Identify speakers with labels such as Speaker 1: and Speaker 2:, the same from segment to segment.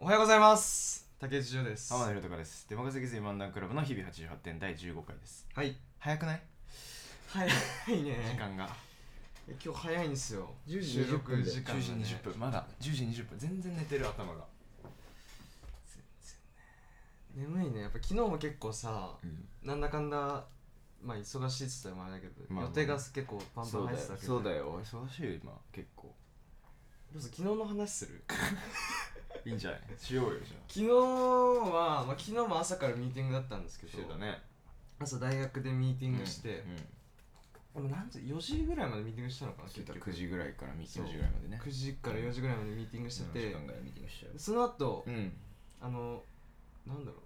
Speaker 1: はようございます竹内潤です
Speaker 2: 浜田宏隆です。出任せゲズミ漫談クラブの日々88点第15回です。
Speaker 1: はい
Speaker 2: 早くない
Speaker 1: 早いね
Speaker 2: 時間が。
Speaker 1: 今日早いんですよ
Speaker 3: 10時
Speaker 1: 収
Speaker 3: 20
Speaker 1: 録
Speaker 3: 分で
Speaker 1: 時間が、ね、
Speaker 2: 10時20分。まだ10時20分。全然寝てる頭が。
Speaker 1: 眠いねやっぱ昨日も結構さ
Speaker 2: うん。
Speaker 1: なんだかんだまあ忙しいっつったらもあれだけど、
Speaker 2: まあまあ
Speaker 1: 予定が結構パンパ
Speaker 2: そ
Speaker 1: ン
Speaker 2: うだ
Speaker 1: 入っ
Speaker 2: よ
Speaker 1: てたけど。
Speaker 2: そうだよ。忙しいよ、今。結構。
Speaker 1: どうぞ昨日の話する
Speaker 2: いいんじゃないしようよ、じゃ
Speaker 1: 昨日は、まあ、昨日も朝からミーティングだったんですけ
Speaker 2: あ。
Speaker 1: ど
Speaker 2: してたね。
Speaker 1: 朝大学でミーティングしてで
Speaker 2: う、ん。
Speaker 1: もなんて4時ぐらいまでミーティングしたのかな
Speaker 2: して
Speaker 1: 結
Speaker 2: た
Speaker 1: 局
Speaker 2: 9時ぐらいから3
Speaker 1: そう
Speaker 2: 時ぐらいまでね。
Speaker 1: 9時から4時ぐらいまでミーティングしてて、
Speaker 2: 時間ぐらい見てましたよ。
Speaker 1: その後、
Speaker 2: うん。
Speaker 1: あのなんだろう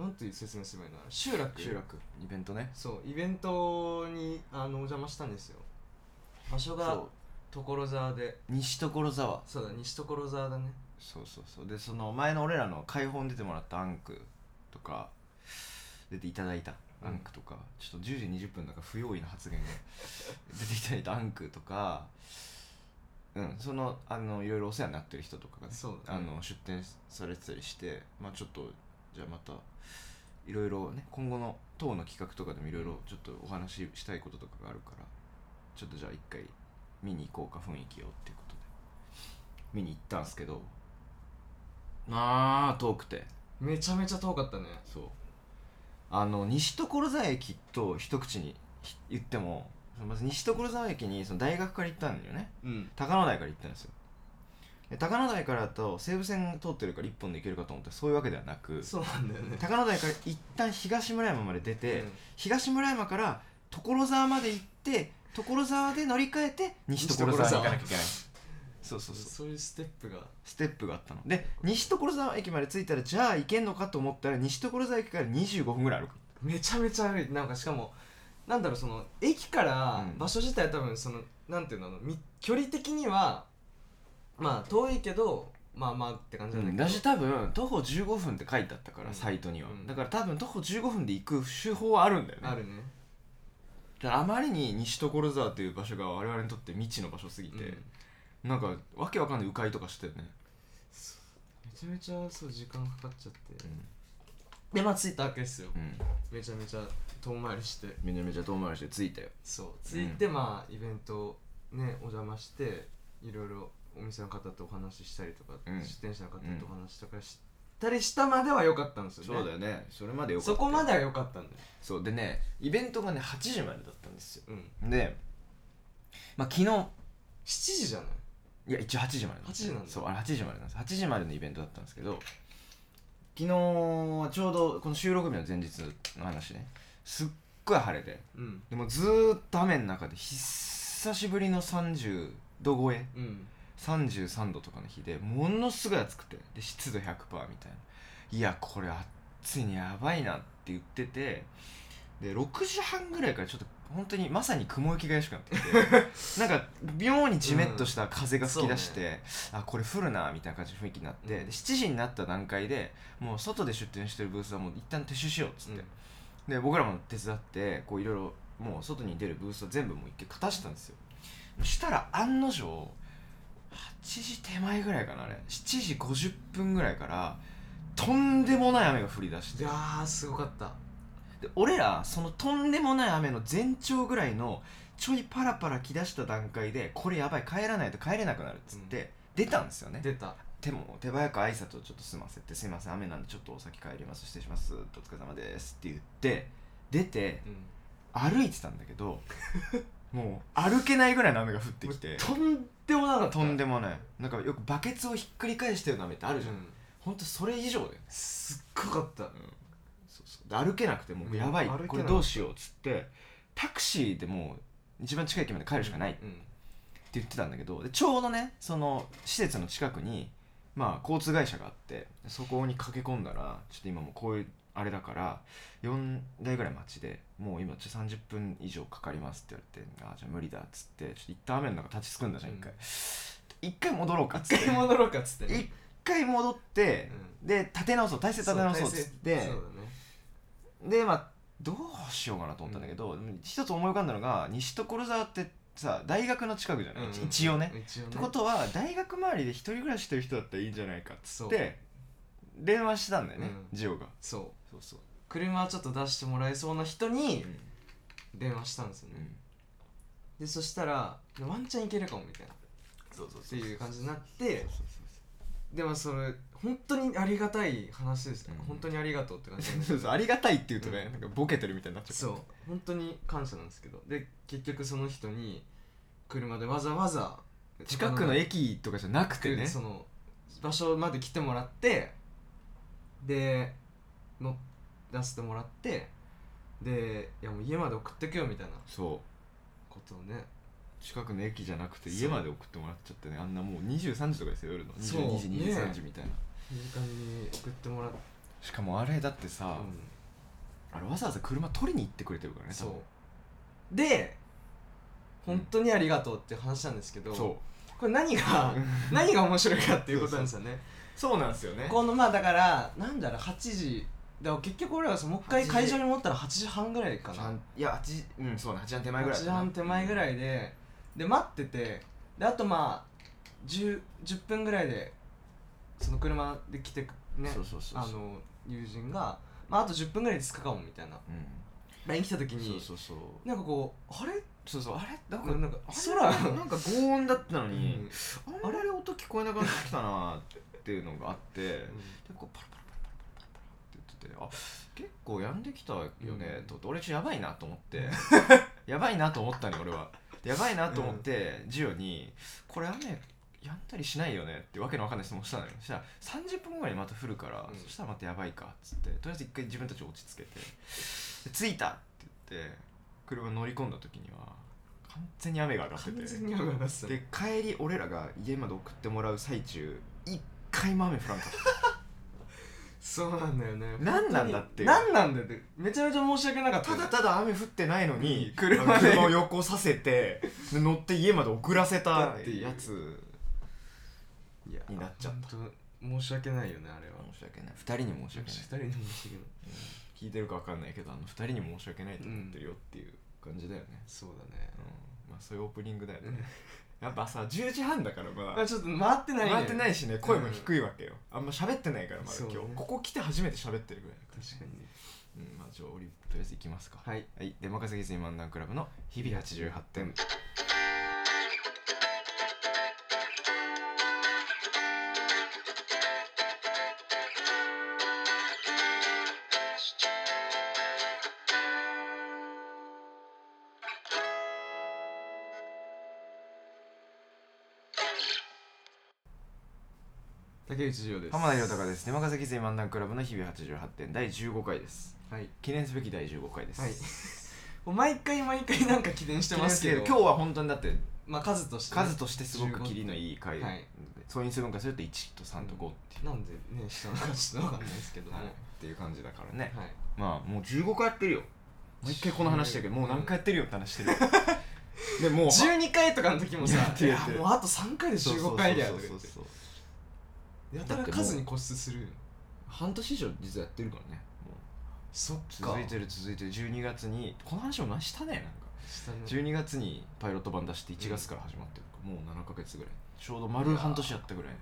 Speaker 1: なんていう説明すればいいのかな集落
Speaker 2: 集落。イベントね。
Speaker 1: そうイベントにあのお邪魔したんですよ場所が
Speaker 2: そう。
Speaker 1: 所沢で
Speaker 2: 西所沢。
Speaker 1: そうだ西所沢だね
Speaker 2: そうそうそうでその前の俺らの解放に出てもらったアンクとか出ていただいたアンクとか、ちょっと10時20分だから不用意な発言が出ていただいたアンクとかうんそのあのいろいろお世話になってる人とかがね
Speaker 1: そうだ
Speaker 2: あ
Speaker 1: ね
Speaker 2: の出展されてたりしてまあちょっとじゃあまたいろいろね今後の党の企画とかでもいろいろちょっとお話ししたいこととかがあるからちょっとじゃあ一回見に行こうか雰囲気をっていうことで見に行ったんすけどまあ遠くて
Speaker 1: めちゃめちゃ遠かったね
Speaker 2: そうあの西所沢駅と一口にひ言ってもそのまず西所沢駅にその大学から行ったんだよね
Speaker 1: うん
Speaker 2: 高野台から行ったんですよで高野台からだと西武線通ってるから一本で行けるかと思ったらそういうわけではなく
Speaker 1: そうなんだよね
Speaker 2: 高野台から一旦東村山まで出て、東村山から所沢まで行って所沢で乗り換えて西所沢に行かなきゃいけないそう
Speaker 1: そそう
Speaker 2: そううそう
Speaker 1: そういうステップが
Speaker 2: ステップがあったので西所沢駅まで着いたらじゃあ行けんのかと思ったら西所沢駅から25分ぐらい歩く
Speaker 1: めちゃめちゃ歩いてなんかしかもなんだろうその駅から
Speaker 2: うん
Speaker 1: 場所自体多分その、なんていうのあのみ距離的にはまあ遠いけどまあまあって感じなんだけど、
Speaker 2: だし多分徒歩15分って書いてあったから、
Speaker 1: うん
Speaker 2: サイトには、
Speaker 1: うん
Speaker 2: だから多分徒歩15分で行く手法はあるんだよね
Speaker 1: あるね
Speaker 2: だからあまりに西所沢という場所が我々にとって未知の場所すぎて、
Speaker 1: うん
Speaker 2: なんかわけわかんない迂回とかしてたよね、
Speaker 1: めちゃめちゃそう時間かかっちゃってでまあ着いたわけですよ
Speaker 2: うんうん、
Speaker 1: めちゃめちゃ遠回りして
Speaker 2: めちゃめちゃ遠回りして着いたよ
Speaker 1: そう着いて、まあイベントねお邪魔していろいろお店の方とお話ししたりとか、
Speaker 2: うん
Speaker 1: 出店者の方とお話とかしたりしたまでは良かったんですよね
Speaker 2: そうだよねそれまでよかった
Speaker 1: そ
Speaker 2: よ
Speaker 1: こまでは良かったんだよ
Speaker 2: そうでねイベントがね8時までだったんですよ
Speaker 1: うん
Speaker 2: でまあ昨日
Speaker 1: 7時じゃない
Speaker 2: いや一応8時までんです
Speaker 1: 8
Speaker 2: よ
Speaker 1: 時なんだ
Speaker 2: そうあれ8時までなんです8時までのイベントだったんですけど昨日はちょうどこの収録日の前日の話ねすっごい晴れて
Speaker 1: うん
Speaker 2: でもずーっと雨の中で久しぶりの30度超え
Speaker 1: うん
Speaker 2: 33度とかの日でものすごい暑くてで湿度100%みたいないやこれ暑いにやばいなって言っててで6時半ぐらいからちょっと本当にまさに雲行きが怪しくなってきてなんか妙にジメッとした風が吹き出して、あこれ降るなみたいな感じの雰囲気になって、
Speaker 1: うん
Speaker 2: で7時になった段階でもう外で出店してるブースはもう一旦撤収しようっつって、で僕らも手伝ってこういろいろもう外に出るブースを全部もう一回片したんですよそしたら案の定8時手前ぐらいかなあれ7時50分ぐらいからとんでもない雨が降り出し
Speaker 1: い
Speaker 2: て
Speaker 1: やーすごかった
Speaker 2: で俺らそのとんでもない雨の前兆ぐらいのちょいパラパラ来だした段階でこれやばい帰らないと帰れなくなるっつって出たんですよね、
Speaker 1: 出た
Speaker 2: 手も手早く挨拶をちょっと済ませて「すいません雨なんでちょっとお先帰ります失礼しますお疲れ様です」って言って出て
Speaker 1: うん
Speaker 2: 歩いてたんだけどもう歩けないぐらいの雨が降ってきて
Speaker 1: とんでもなかった
Speaker 2: とんでもないなんかよくバケツをひっくり返したような雨ってあるじゃん、
Speaker 1: うん
Speaker 2: ほんとそれ以上だよね
Speaker 1: すっごかった
Speaker 2: そうそうで歩けなくても
Speaker 1: うん
Speaker 2: うやばい、
Speaker 1: 歩けなかった
Speaker 2: これどうしようっつってタクシーでもう一番近い駅まで帰るしかないっ
Speaker 1: う
Speaker 2: て
Speaker 1: ん
Speaker 2: 言ってたんだけどでちょうどねその施設の近くにまあ交通会社があってそこに駆け込んだらちょっと今もうこういうあれだから4台ぐらい待ちでもう今ちょっと30分以上かかりますって言われてああじゃあ無理だっつってちょっと一旦雨の中立ちすくんだじゃん一回、一回戻ろうかっつ っ
Speaker 1: 一
Speaker 2: て
Speaker 1: 回 戻ろうかっつって
Speaker 2: 一回戻って、で立て直そう体勢立て直そうっ
Speaker 1: 体
Speaker 2: つっ
Speaker 1: 勢
Speaker 2: て
Speaker 1: そう
Speaker 2: でまあどうしようかなと思ったんだけど、一つ思い浮かんだのが西所沢ってさ大学の近くじゃない、
Speaker 1: うんうん
Speaker 2: 一応ね、
Speaker 1: 一応ね
Speaker 2: ってことは大学周りで一人暮らししてる人だったらいいんじゃないかっつって電話したんだよね、
Speaker 1: うん
Speaker 2: ジオが
Speaker 1: そう
Speaker 2: そうそう、
Speaker 1: 車ちょっと出してもらえそうな人に
Speaker 2: うん
Speaker 1: 電話したんですよね、でそしたらワンチャンいけるかもみたいな
Speaker 2: そうそう
Speaker 1: って
Speaker 2: そう
Speaker 1: いう感じになっ
Speaker 2: そ
Speaker 1: て
Speaker 2: うそう
Speaker 1: でもそれ本当にありがたい話ですね、
Speaker 2: うん
Speaker 1: 本当にありがとうって感じなん
Speaker 2: そう
Speaker 1: で
Speaker 2: そうそうありがたいって言うとね、
Speaker 1: うん
Speaker 2: なんかボケてるみたいに なっちゃう
Speaker 1: そう本当に感謝なんですけどで結局その人に車でわざわざ
Speaker 2: 近くの駅とかじゃなくてね
Speaker 1: その場所まで来てもらってで乗らせてもらってでいやもう家まで送ってくよみたいな
Speaker 2: そう
Speaker 1: ことをね
Speaker 2: 近くの駅じゃなくて
Speaker 1: そう
Speaker 2: 家まで送ってもらっちゃってねあんなもう23時とかですよ夜の
Speaker 1: そう
Speaker 2: 22時
Speaker 1: ね
Speaker 2: 23時みたいな、
Speaker 1: いい感じに送ってもらって、
Speaker 2: しかもあれだって
Speaker 1: う
Speaker 2: さ、
Speaker 1: ん
Speaker 2: あれわざわざ車取りに行ってくれてるからね多分
Speaker 1: そうで本当にありがとうって話なんですけど、
Speaker 2: そう
Speaker 1: これ何 が何が面白いかっていうことなんですよね
Speaker 2: そうなんですよね
Speaker 1: このまあだからなんだろう8時だから結局俺らさもう一回
Speaker 2: 8時
Speaker 1: 会場に戻ったら8時半ぐらいか
Speaker 2: 八
Speaker 1: な
Speaker 2: 半いや8時うんそうね8時半手前ぐらい
Speaker 1: 8時半手前ぐ
Speaker 2: い
Speaker 1: らいでで待っててであとまあ 10, 10分ぐらいでその車で来てくね
Speaker 2: そうそうそう
Speaker 1: あ
Speaker 2: そう
Speaker 1: の友人が、まあ、あと10分ぐらいで着くかもみたいな
Speaker 2: うん
Speaker 1: LINE 来た時に
Speaker 2: そうそうそう
Speaker 1: なんかこうあれ
Speaker 2: そうそうあれなんか
Speaker 1: なんか
Speaker 2: あれ
Speaker 1: 空
Speaker 2: なんか轟音だったの
Speaker 1: う
Speaker 2: に、
Speaker 1: ん
Speaker 2: あんまり音聞こえなくなってきたなっていうのがあって、でこうパラパラパラパラパラパラって言っててあ結構やんできたよねと思って俺ちょっとやばいなと思って やばいなと思ったの俺はでやばいなと思ってジオに「これ雨やんだりしないよね」ってわけのわかんない質問したのよそしたら30分後ぐらいにまた降るから、
Speaker 1: うん
Speaker 2: そしたらまたやばいかっつってとりあえず一回自分たち落ち着けてで着いたって言って車乗り込んだ時には完全に雨が上がってて
Speaker 1: 完全に上がらせ
Speaker 2: で帰り俺らが家まで送ってもらう最中一回も雨降らんかった
Speaker 1: そうなんだよね
Speaker 2: 何なんだっていう
Speaker 1: 何なんだよってめちゃめちゃ申し訳なかった
Speaker 2: た
Speaker 1: よね
Speaker 2: だただ雨降ってないのに
Speaker 1: うん
Speaker 2: 車
Speaker 1: 車
Speaker 2: を横させてで乗って家まで送らせたっていうやつ
Speaker 1: いや
Speaker 2: になっちゃった
Speaker 1: 本当申し訳ないよねあれは
Speaker 2: 申し訳ない2人に申し訳ない
Speaker 1: 二人に申し訳ない
Speaker 2: 聞いてるか分かんないけどあの2人に申し訳ないと思ってるよっていう感じだよね、
Speaker 1: そう
Speaker 2: うん
Speaker 1: だ
Speaker 2: まあ、そういうオープニングだよね
Speaker 1: ね
Speaker 2: やっぱさ10時半だからま
Speaker 1: まあ
Speaker 2: だ
Speaker 1: ちょっと回ってないね
Speaker 2: 回ってないいしね声も低いわけよあんま喋ってないからまだ
Speaker 1: そうね
Speaker 2: 今日ここ来て初めて喋ってるぐらいだから
Speaker 1: 確かにね
Speaker 2: うんまあじゃあオリとりあえず行きますか
Speaker 1: はい
Speaker 2: はい、出任せぎずに漫談クラブの日々88点
Speaker 1: 竹内涼です
Speaker 2: 浜田亮太です出任せぎずに漫談クラブの日々88点第15回です
Speaker 1: はい
Speaker 2: 記念すべき第15回です
Speaker 1: はい もう毎回毎回なんか記念してますけど
Speaker 2: 記念すべき今日は本当にだって
Speaker 1: まあ数としてね
Speaker 2: 数としてすごくキリのいい回、
Speaker 1: はい
Speaker 2: 総因数分解すると1と3と5っていう、
Speaker 1: なんでねしたのかちょっとわかんないですけども
Speaker 2: はい
Speaker 1: は
Speaker 2: っていう感じだからね、
Speaker 1: い
Speaker 2: まあもう15回やってるよ毎回この話だけどもう何回やってるよって話してるよ でもう
Speaker 1: 12回とかの時もさ
Speaker 2: やって
Speaker 1: い
Speaker 2: る
Speaker 1: や
Speaker 2: やってる
Speaker 1: もうあと3回で15回だよとか
Speaker 2: そ
Speaker 1: 言
Speaker 2: う
Speaker 1: って
Speaker 2: そうそうそう
Speaker 1: やたら数に固執する
Speaker 2: 半年以上実はやってるからねもう
Speaker 1: そっか
Speaker 2: 続いてる続いてる12月にこの話もなしたねなんか
Speaker 1: 下の
Speaker 2: 12月にパイロット版出して1月から始まってるから、もう7ヶ月ぐらいちょうど丸半年やったぐらいの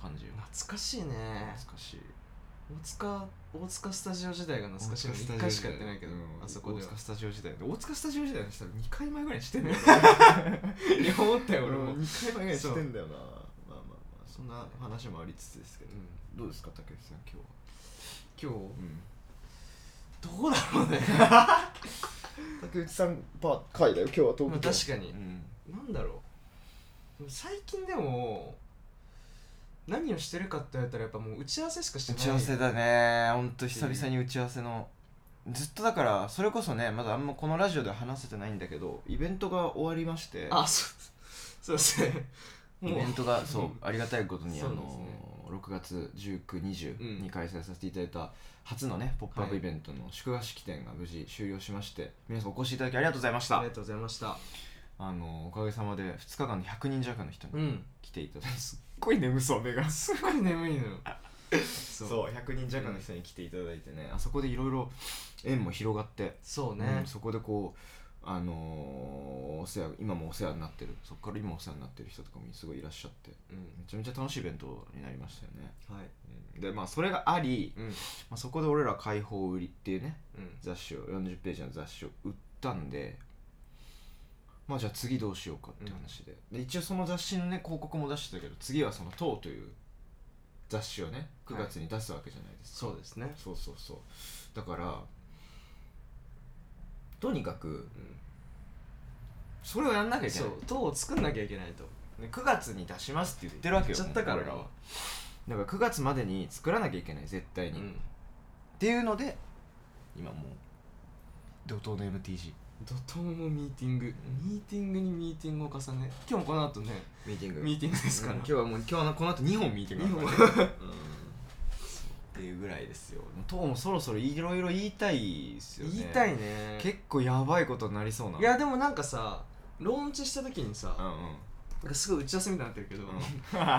Speaker 2: 感じよ
Speaker 1: 懐かしいね
Speaker 2: 懐かしい
Speaker 1: 大塚大塚スタジオ時代が懐かしい
Speaker 2: 大
Speaker 1: の
Speaker 2: 塚スタジオ
Speaker 1: 1回しかやってないけど、
Speaker 2: うん
Speaker 1: あそこで
Speaker 2: 大
Speaker 1: は
Speaker 2: 塚スタジオ時代大塚スタジオ時代の人は2回前ぐらいにしてんだよ
Speaker 1: いや思ったよ
Speaker 2: 俺
Speaker 1: 俺 も、
Speaker 2: も2回前ぐらいに
Speaker 1: そう
Speaker 2: してんだよなまあまあまあそんな話もありつつですけど、どうですか竹内さん今日
Speaker 1: 今
Speaker 2: は
Speaker 1: 日
Speaker 2: うん
Speaker 1: どうだろ うね
Speaker 2: 竹内さんパー回だよ今日はト
Speaker 1: まあ確かに
Speaker 2: う、ん
Speaker 1: なんだろう最近でも何をしてるかって言われたらやっぱもう打ち合わせしかして
Speaker 2: 打
Speaker 1: ない
Speaker 2: ち合わせだねほんと久々に打ち合わせのずっとだからそれこそねまだあんまこのラジオでは話せてないんだけどイベントが終わりまして
Speaker 1: あそうそうですね
Speaker 2: イ
Speaker 1: もう
Speaker 2: ベントがそう
Speaker 1: うん
Speaker 2: ありがたいことに、
Speaker 1: そ
Speaker 2: あ
Speaker 1: うですね
Speaker 2: の6月1920
Speaker 1: うん
Speaker 2: に開催させていただいた初のね「ポップアッ
Speaker 1: は
Speaker 2: プ
Speaker 1: い
Speaker 2: イベントの祝賀式典が無事終了しまして皆さんお越しいただきありがとうございまし
Speaker 1: あ
Speaker 2: た
Speaker 1: りがとうございました
Speaker 2: あのおかげさまで2日間で100人弱の人
Speaker 1: う
Speaker 2: に
Speaker 1: ん
Speaker 2: 来ていただいて、すっごい眠そう目が
Speaker 1: すごい眠いのよそ
Speaker 2: そう100人弱の人に来ていただいてね、あそこでいろいろ縁も広がって、
Speaker 1: そうね、
Speaker 2: うんそこでこうあのーお世話今もお世話になってるそこから今お世話になってる人とかもすごいいらっしゃって
Speaker 1: うん
Speaker 2: めちゃめちゃ楽しいイベントになりましたよね、
Speaker 1: はい
Speaker 2: うんでまあそれがあり、
Speaker 1: うん
Speaker 2: まあ、そこで俺ら解放売りっていうね
Speaker 1: うん
Speaker 2: 雑誌を40ページの雑誌を売ったんでまあじゃあ次どうしようかって話で,、で一応その雑誌のね広告も出してたけど次はその「TOW」という雑誌をね9月に出すわけじゃないですか、
Speaker 1: そうですね
Speaker 2: そうそうそうだからとにかく
Speaker 1: うん
Speaker 2: それをやんなきゃいけ
Speaker 1: そ
Speaker 2: ないう
Speaker 1: 塔を作んなきゃいけないと
Speaker 2: で9月に出しますって言ってるわけよ
Speaker 1: 言っちゃったから
Speaker 2: もう俺はだから9月までに作らなきゃいけない絶対
Speaker 1: う
Speaker 2: に、っ
Speaker 1: ん
Speaker 2: ていうので今もう怒涛の MTG
Speaker 1: 怒涛のミーティングミーティングにミーティングを重ね今日もこの後ね
Speaker 2: ミーティング
Speaker 1: ミーティングですから
Speaker 2: うん今日はもう今日のこの後2本見てください
Speaker 1: 二本
Speaker 2: っていうぐらいですよとうもそろそろいろいろ言いたいですよね
Speaker 1: 言いたいね
Speaker 2: 結構やばいことになりそうない
Speaker 1: いやでもなんかさローンチした時にさ
Speaker 2: うんうん
Speaker 1: なんかすごい打ち合わせみたいになってるけど、 ロ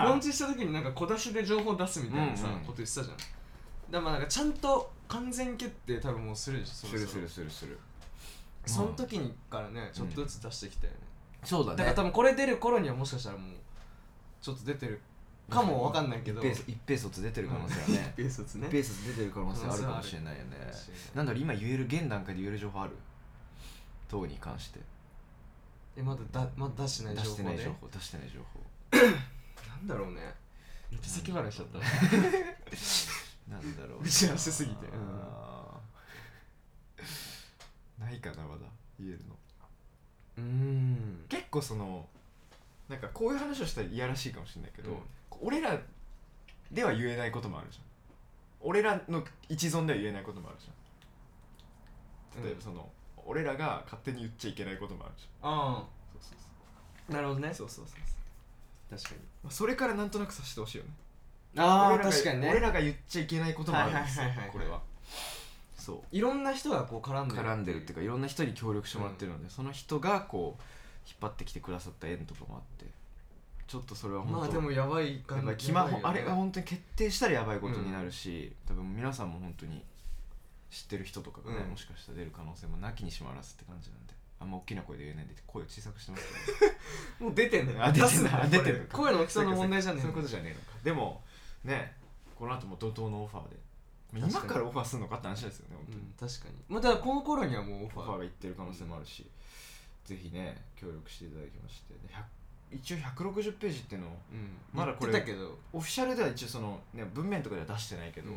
Speaker 1: ーン
Speaker 2: うん
Speaker 1: チした時になんか小出しで情報出すみたいなさ、
Speaker 2: うんうん
Speaker 1: こと言ってたじゃんだからまあなんかちゃんと完全決定多分もうするでしょそ
Speaker 2: す
Speaker 1: ろそ
Speaker 2: る
Speaker 1: ろ
Speaker 2: するするする
Speaker 1: その時にからねちょっとずつ出してきたよね、
Speaker 2: そう
Speaker 1: だから多分これ出る頃にはもしかしたらもうちょっと出てるかもわかんないけど
Speaker 2: 一平一平卒出てる可能性は ね
Speaker 1: ベースですね
Speaker 2: 一平卒出てる可能性あるかもしれないよねなんだろう今言える現段階で言える情報ある党に関して
Speaker 1: えまだだまだ出してない
Speaker 2: 出
Speaker 1: 情
Speaker 2: して
Speaker 1: 報
Speaker 2: な
Speaker 1: ね
Speaker 2: い情報出してない情報
Speaker 1: なんだろうねめっちゃ咳払いしちゃったわ
Speaker 2: なんだろう
Speaker 1: 打ち合わせすぎて
Speaker 2: あーないかなまだ言えるの
Speaker 1: うーん
Speaker 2: 結構そのなんかこういう話をしたらいやらしいかもしれないけど、
Speaker 1: うん
Speaker 2: 俺らでは言えないこともあるじゃん俺らの一存では言えないこともあるじゃん例えばその、俺らが勝手に言っちゃいけないこともあるじ
Speaker 1: あ
Speaker 2: ゃんそうそうそ
Speaker 1: あなるほどね
Speaker 2: うそうそうそう
Speaker 1: 確かに
Speaker 2: まあそれからなんとなく察してほしいよね
Speaker 1: あ
Speaker 2: 俺
Speaker 1: あ
Speaker 2: らが
Speaker 1: 確かにね
Speaker 2: 俺らが言っちゃいけないこともあるんですよ、
Speaker 1: はいはいはいはい
Speaker 2: これはそう
Speaker 1: いろんな人がこう絡んでる
Speaker 2: 絡んでるってい
Speaker 1: か
Speaker 2: うかいろんな人に協力してもらってるので、その人がこう引っ張ってきてくださった縁とかもあってちょっとそれは本当
Speaker 1: まあでもやばい感
Speaker 2: や
Speaker 1: じ
Speaker 2: っぱ決ま
Speaker 1: やばいよね
Speaker 2: あれが本当に決定したらやばいことになるし、多分皆さんも本当に知ってる人とかがね、
Speaker 1: うん
Speaker 2: もしかしたら出る可能性もなきにしもあらずって感じなんであんま大きな声で言えないんで声を小さくしてますけど
Speaker 1: もう出てんだよ
Speaker 2: あ出てんだ
Speaker 1: 出すだよ
Speaker 2: 出てんだ
Speaker 1: これ声の大きさの問題じゃねえ
Speaker 2: そ
Speaker 1: の
Speaker 2: ういうことじゃねえのかでもねこの後も怒涛のオファーで
Speaker 1: 確かに
Speaker 2: 今からオファーするのかって話ですよね本
Speaker 1: う
Speaker 2: 当に、
Speaker 1: ん確かにまあだからこの頃にはもうオフ
Speaker 2: オ
Speaker 1: ァ
Speaker 2: ファー
Speaker 1: ー
Speaker 2: がいってる可能性もあるし、ぜひね協力していただきましてで100一応160ページっていうのを
Speaker 1: うん
Speaker 2: まだこれ
Speaker 1: 言ってたけど
Speaker 2: オフィシャルでは一応その、ね、文面とかでは出してない
Speaker 1: け
Speaker 2: けど、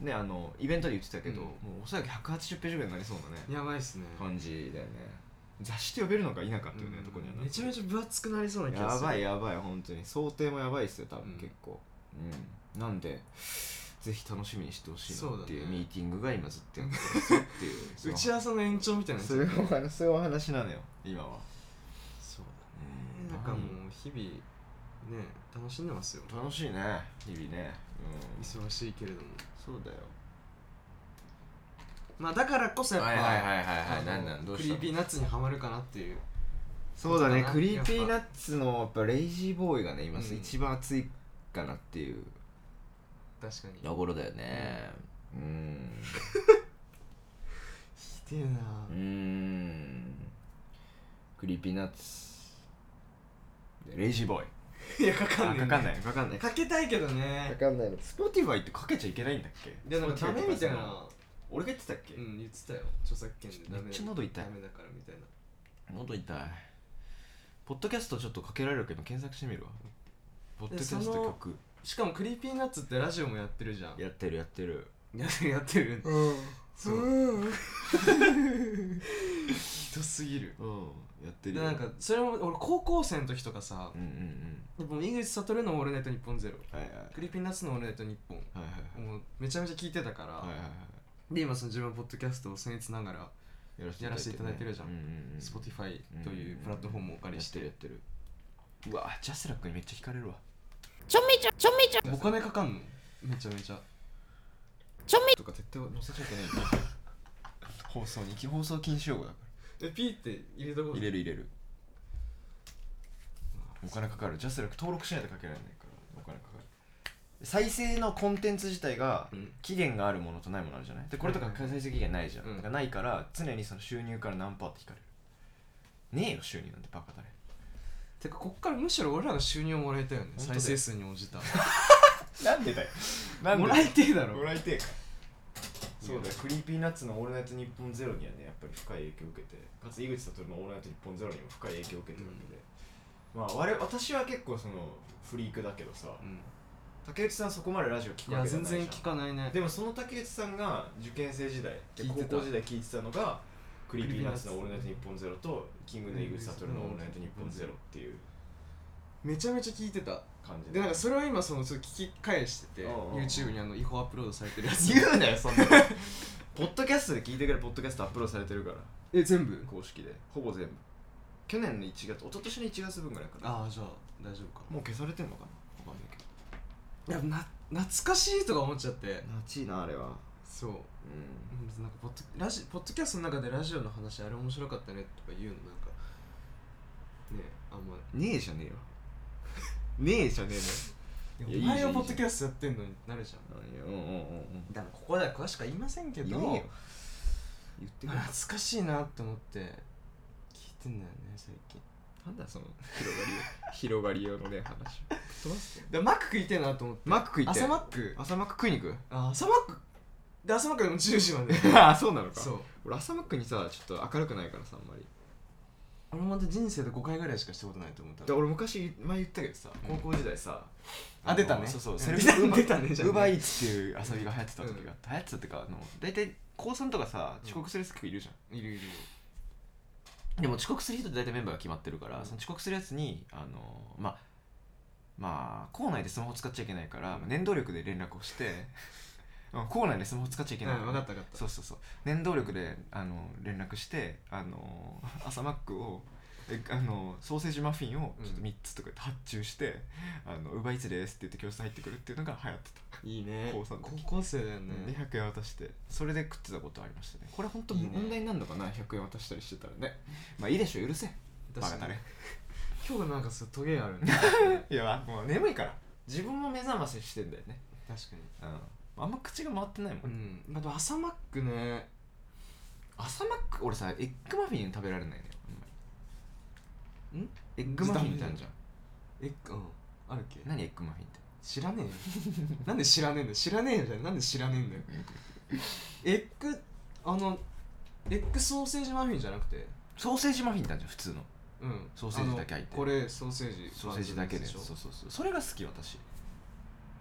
Speaker 2: ねあのイベントで言ってたけど、
Speaker 1: うん
Speaker 2: もうおそらく180ページぐらいになりそうなね
Speaker 1: やばいっすね
Speaker 2: 感じだよね雑誌と呼べるのか否かっていうね、
Speaker 1: うん
Speaker 2: とこにはな
Speaker 1: めちゃめちゃ分厚くなりそうな気が
Speaker 2: や
Speaker 1: する
Speaker 2: ばいやばい本当に想定もやばいっすよ多分、
Speaker 1: うん
Speaker 2: 結構うんなんでぜひ楽しみにしてほしいなってい
Speaker 1: そううだね
Speaker 2: ミーティングが今ずっとやってますよ っていう
Speaker 1: 打ち合わせの延長みたいなやつ
Speaker 2: そういうお話そういうお話なのよ今は
Speaker 1: そう
Speaker 2: う
Speaker 1: だねなんかもう日々ね楽しんでますよ
Speaker 2: 楽しいね日々ねうん
Speaker 1: 忙しいけれども
Speaker 2: そうだよ
Speaker 1: まあだからこそやっぱ
Speaker 2: いはい
Speaker 1: あのクリーピーナッツにはまるかなっていう
Speaker 2: そうだね
Speaker 1: そうだな
Speaker 2: クリーピーナッツのやっぱレイジーボーイがね今
Speaker 1: うん
Speaker 2: 一番熱いかなっていう
Speaker 1: 確かに
Speaker 2: ところだよねうん
Speaker 1: ひでえな
Speaker 2: うーんクリーピーナッツでレイジーボーイ
Speaker 1: いやかかんねえ
Speaker 2: あかかんないかかんない
Speaker 1: かけたいけどね
Speaker 2: かんないのスポティファイってかけちゃいけないんだっけ
Speaker 1: いやなんかダメみたい
Speaker 2: Spotify とかさ
Speaker 1: な
Speaker 2: 俺が言ってたっけ
Speaker 1: うん言ってたよ著作権でダメ
Speaker 2: めっちゃ喉痛い
Speaker 1: ダメだからみたいな
Speaker 2: 喉痛いポッドキャストちょっとかけられるけど検索してみるわポッドキャス
Speaker 1: そ
Speaker 2: ト
Speaker 1: の
Speaker 2: 曲
Speaker 1: しかもクリーピーナッツってラジオもやってるじゃん
Speaker 2: やってるやってる
Speaker 1: やってるやってる
Speaker 2: うん
Speaker 1: そう ひどすぎる
Speaker 2: やって
Speaker 1: で
Speaker 2: るよ
Speaker 1: なんかそれも俺高校生の時とかさ
Speaker 2: うんうん
Speaker 1: でも井口悟の「オールナイトニッポンゼロ
Speaker 2: うんはいはい
Speaker 1: クリーピーナッツの「オールナイトニッポン
Speaker 2: はいはい」
Speaker 1: もうめちゃめちゃ聞いてたから、
Speaker 2: はいはいは
Speaker 1: で今その自分のポッドキャストを僭越ながら、
Speaker 2: いはい
Speaker 1: やらせていただいてるじゃん
Speaker 2: うんうんうん、
Speaker 1: Spotify というプラットフォームをお借りして
Speaker 2: やってるやってるうわジャスラックにめっちゃ惹かれるわ
Speaker 1: お金かかんのめちゃめちゃ
Speaker 2: とか絶対載せちゃいけないんだ放送に放送禁止用語だか
Speaker 1: えピーって入れたこ
Speaker 2: ら
Speaker 1: と
Speaker 2: 入れる入れるお金かかるジャスラック登録しないとかけられないからお金かかる再生のコンテンツ自体が
Speaker 1: うん
Speaker 2: 期限があるものとないものあるじゃないでこれとか再生期限ないじゃん、
Speaker 1: うん
Speaker 2: だからないから常にその収入から何パーって引かれるねえよ収入なんてバカだね
Speaker 1: てかこっからむしろ俺らが収入をもらいたいよね
Speaker 2: 本当だ
Speaker 1: 再
Speaker 2: よ
Speaker 1: 生数に応じた
Speaker 2: なんでだよなん
Speaker 1: も
Speaker 2: で
Speaker 1: らいてえだろ
Speaker 2: もらいてえかそうだよクリーピーナッツの「オールナイトニッポンゼロにはねやっぱり深い影響を受けてかつ井口悟の「オールナイトニッポンゼロにも深い影響を受けてるわけで、まあ我々私は結構そのフリークだけどさ
Speaker 1: うん
Speaker 2: 竹内さんそこまでラジオ聞く
Speaker 1: い
Speaker 2: わ
Speaker 1: や
Speaker 2: けじゃ
Speaker 1: 全
Speaker 2: ないじゃん
Speaker 1: 然聞かないね
Speaker 2: でもその竹内さんが受験生時代で
Speaker 1: 聞いてた
Speaker 2: 高校時代聞いてたのがクリーピーナッツの「オールナイトニッポンゼロとキングの井口悟の「オールナイトニッポンゼロっていう
Speaker 1: めちゃめちゃ聞いてた
Speaker 2: 感じ
Speaker 1: でなんかそれを今そのちょっと聞き返してて
Speaker 2: うんうんうん
Speaker 1: YouTube にあの違法アップロードされてるやつ
Speaker 2: 言うなよそんなのポッドキャストで聞いてくれポッドキャストアップロードされてるから
Speaker 1: え全部
Speaker 2: 公式でほぼ全部去年の1月一昨年の1月分ぐらいかな
Speaker 1: ああじゃあ大丈夫か
Speaker 2: もう消されてんのかなわかんないけど
Speaker 1: いやな懐かしいとか思っちゃって
Speaker 2: 夏いなあれは
Speaker 1: そう
Speaker 2: うん
Speaker 1: うんなんかポッドラジポッドキャストの中でラジオの話あれ面白かったねとか言うのなんかねえあんま
Speaker 2: ねえじゃ ねえよねえじゃねえいや
Speaker 1: お前
Speaker 2: いいじゃん
Speaker 1: がポッドキャストやってんのになるじゃん
Speaker 2: のうんうんうんうん
Speaker 1: だからここでは詳しくは言いませんけど
Speaker 2: 言えよ言ってくれ
Speaker 1: 懐かしいなって思って聞いてんだよね最近
Speaker 2: なんだその広が りよ広がりよのね話飛ばす
Speaker 1: でマック食いてえなと思って
Speaker 2: マック食いて
Speaker 1: 朝マック
Speaker 2: 朝マック食いに行く
Speaker 1: あ朝マックで朝マックでも10時ま で
Speaker 2: あそうなのか
Speaker 1: そう
Speaker 2: 俺朝マックにさちょっと明るくないからさあんまり
Speaker 1: 俺も人生で5回ぐらいしかしたことないと思った
Speaker 2: で俺昔前言ったけどさ
Speaker 1: う
Speaker 2: 高
Speaker 1: ん
Speaker 2: 校時代さ、
Speaker 1: あ
Speaker 2: の
Speaker 1: 出たね
Speaker 2: そう
Speaker 1: う
Speaker 2: そうんセルフ
Speaker 1: 出た
Speaker 2: ウーバ
Speaker 1: 出たねじゃあね
Speaker 2: ウーバーイーツっていう遊びが流行ってた時があって流行ってたっていうかあの大体高3とかさ
Speaker 1: うん
Speaker 2: 遅刻する人結構いるじゃん、
Speaker 1: いるいる
Speaker 2: でも遅刻する人って大体メンバーが決まってるから、
Speaker 1: うん
Speaker 2: その遅刻するやつにあのまあまあ校内でスマホ使っちゃいけないから、まあ念動力で連絡をして うん校内でスマホ使っちゃいけない、
Speaker 1: うん分かった分かった
Speaker 2: そうそうそう念動力であの連絡してあの 朝マックをえあのソーセージマフィンをちょっと
Speaker 1: うん
Speaker 2: 3つとかで発注して「あのウーバーイーツです」って言って教室入ってくるっていうのが流行ってた、
Speaker 1: いいね
Speaker 2: 高三の時
Speaker 1: 高校生だよね
Speaker 2: で100円渡してそれで食ってたことありましたねこれ本当
Speaker 1: いいね
Speaker 2: 問題になるのかな100円渡したりしてたらねまあいいでしょ許せバカ
Speaker 1: 確か
Speaker 2: だ
Speaker 1: に
Speaker 2: ね
Speaker 1: 今日なんかすごいトゲ あるね
Speaker 2: いやもう眠いから自分も目覚まししてんだよね
Speaker 1: 確かに
Speaker 2: うんあんま口が回ってないもん、
Speaker 1: うんまあでも朝マックね
Speaker 2: 朝マック俺さエッグマフィン食べられないねあんまり
Speaker 1: ん
Speaker 2: エッグマフィンってあるじゃん
Speaker 1: えうんあるっけ
Speaker 2: 何エッグマフィンって
Speaker 1: 知らねえよ なんで知らねえんだよ知らねえよじゃんなんで知らねえんだ よエッグあのエッグソーセージマフィンじゃなくて
Speaker 2: ソーセージマフィンってあるじゃん普通の
Speaker 1: うん
Speaker 2: ソーセージだけ入っ
Speaker 1: あ
Speaker 2: てる
Speaker 1: のこれソーセージ
Speaker 2: ソーセージだけで
Speaker 1: でし
Speaker 2: そう
Speaker 1: ょ
Speaker 2: そうそうそれが好き私